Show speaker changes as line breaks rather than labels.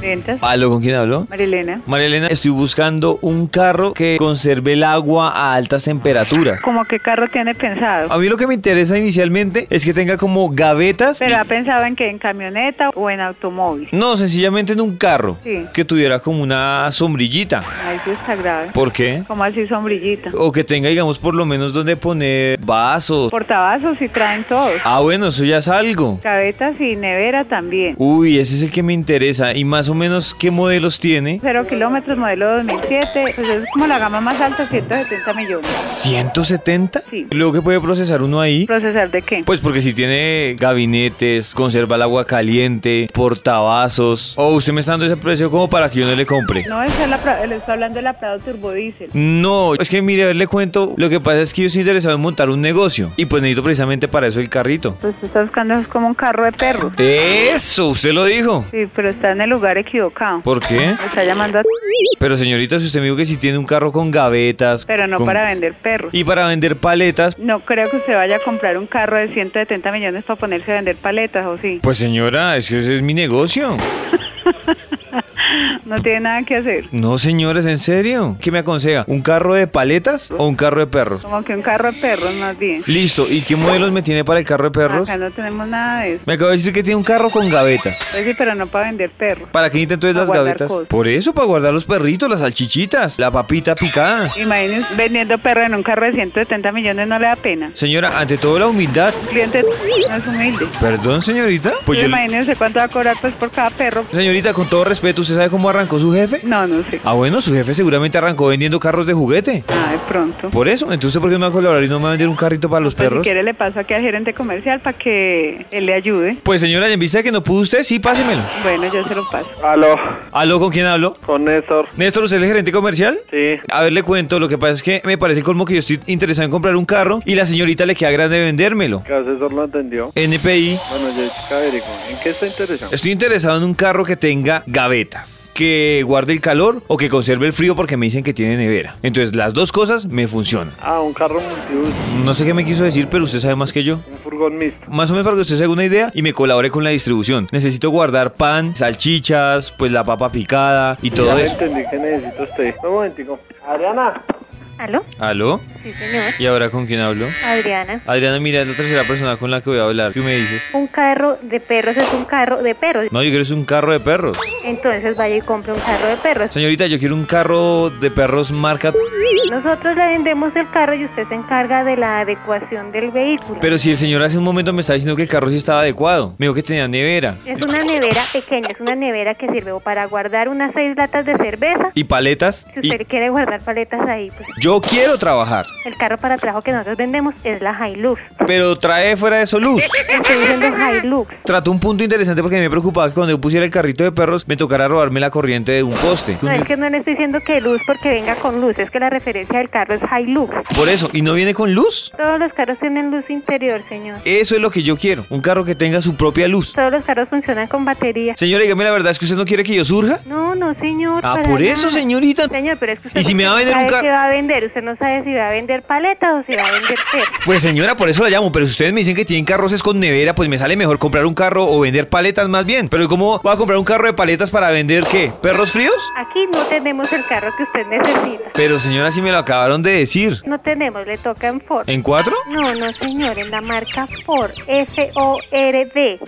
Ventas,
¿Aló, con quién hablo?
Marilena.
María Elena, estoy buscando un carro que conserve el agua a altas temperaturas.
¿Cómo qué carro tiene pensado?
A mí lo que me interesa inicialmente es que tenga como gavetas.
¿Pero ha pensado en que en camioneta o en automóvil?
No, sencillamente en un carro
Sí.
que tuviera como una sombrillita.
Ay, eso está grave.
¿Por qué?
¿Cómo así sombrillita?
O que tenga, digamos, por lo menos donde poner vasos.
Portabazos sí traen todos.
Ah, bueno, eso ya es algo.
Gavetas y nevera también.
Uy, ese es el que me interesa. ¿Y más o menos qué modelos tiene?
Cero kilómetros, modelo 2007. Pues es como la gama más alta, 170 millones.
¿170?
Sí.
¿Luego qué puede procesar uno ahí?
¿Procesar de qué?
Pues porque si tiene gabinetes, conserva el agua caliente, portavasos. O usted me está dando ese precio como para que yo no le compre.
No, esa es la, Pra- le estoy hablando de la Prado Turbodiesel.
No, es que mire, le cuento, lo que pasa es que yo estoy interesado en montar un negocio y pues necesito precisamente para eso el carrito.
Pues tú estás buscando es como un carro de perro.
Eso, usted lo dijo.
Sí, pero está en el lugar equivocado.
¿Por qué?
Me está llamando a...
Pero señorita, si usted me dijo que si tiene un carro con gavetas.
Pero no
con-
para vender perros.
Y para vender paletas.
No creo que usted vaya a comprar un carro de 170 millones para ponerse a vender paletas, ¿o sí?
Pues señora, es que ese es mi negocio.
No tiene nada que hacer.
No, señores, en serio. ¿Qué me aconseja? ¿Un carro de paletas o un carro de perros?
Como que un carro de perros, más bien.
Listo, ¿y qué modelos me tiene para el carro de perros?
Acá no tenemos nada de eso.
Me acabo de decir que tiene un carro con gavetas.
Pues sí, pero no para vender perros.
¿Para qué necesita entonces
Para
las
guardar
gavetas?
cosas.
Por eso, para guardar los perritos, las salchichitas, la papita picada.
Imagínense, vendiendo perro en un carro de 170 millones no le da pena.
Señora, ante todo la humildad.
Un cliente no es humilde.
Perdón, señorita. Pues yo...
Imagínense cuánto va a cobrar pues por cada perro.
Señorita, con todo respeto, ¿usted sabe cómo arrancó su jefe?
No, no sé.
Ah, bueno, su jefe seguramente arrancó vendiendo carros de juguete.
Ah, de pronto.
Por eso, entonces, ¿por qué no va a colaborar y no me va a vender un carrito para los
Pues si
perros?
quiere le paso aquí al gerente comercial para que él le ayude.
Pues señora, y en vista de que no pudo usted, sí, pásemelo.
Bueno, yo se lo paso.
Aló,
¿Aló, con quién hablo?
con Néstor.
Néstor, ¿usted es el gerente comercial?
Sí,
A ver, le cuento, lo que pasa es que me parece colmo que yo estoy interesado en comprar un carro y la señorita le queda grande vendérmelo.
que Néstor lo entendió.
NPI,
Bueno, yo chica averiguo. ¿En qué está interesado?
estoy interesado en un carro que tenga gavetas, que guarde el calor o que conserve el frío porque me dicen que tiene nevera. Entonces, las dos cosas me funcionan.
Ah, un carro multiuso,
No sé qué me quiso decir, pero usted sabe más que yo.
un furgón mixto.
Más o menos para que usted se haga una idea y me colabore con la distribución. Necesito guardar pan, salchichas, pues la papa picada y todo
ya
eso.
entendí que necesito usted. Un momentico. Ariana.
¿Aló?
¿Aló?
Sí, señor.
¿Y ahora con quién hablo?
Adriana.
Adriana, mira, es la tercera persona con la que voy a hablar. ¿Qué me dices?
Un carro de perros es un carro de perros.
No, yo quiero es un carro de perros.
Entonces vaya y compre un carro de perros.
Señorita, yo quiero un carro de perros marca...
Nosotros le vendemos el carro y usted se encarga de la adecuación del vehículo.
Pero si el señor hace un momento me está diciendo que el carro sí estaba adecuado. Me dijo que tenía nevera.
Es una nevera pequeña, es una nevera que sirve o para guardar unas seis latas de cerveza.
Y paletas.
Si
Y
usted quiere guardar paletas ahí, pues
yo quiero trabajar.
el carro para trabajo que nosotros vendemos es la Hilux.
Pero trae fuera de eso luz.
Estoy diciendo Hilux.
Trató un punto interesante porque me preocupaba que cuando yo pusiera el carrito de perros me tocara robarme la corriente de un poste.
No es que no le estoy diciendo que luz porque venga con luz, es que la referencia del carro es Hilux.
Por eso, ¿y no viene con luz?
Todos los carros tienen luz interior, señor.
Eso es lo que yo quiero. Un carro que tenga su propia luz.
Todos los carros funcionan con batería.
Señora, dígame la verdad, ¿es que usted no quiere que yo surja?
No, no, señor.
Ah,
para
por
nada.
eso, señorita.
Señor, pero es que usted
¿Y si
no
me va a vender un
sabe
carro?
qué va a vender? Usted no sabe si va a vender paletas o si va a vender perros.
Pues señora, por eso la llamo, pero si ustedes me dicen que tienen carros es con nevera, pues me sale mejor comprar un carro o vender paletas más bien. Pero ¿cómo voy a comprar un carro de paletas para vender qué? ¿Perros fríos?
Aquí no tenemos el carro que usted necesita.
Pero señora, si me lo acabaron de decir.
No tenemos, le toca en Ford.
¿En cuatro?
No, no, señor, en la marca Ford. F-O-R-D.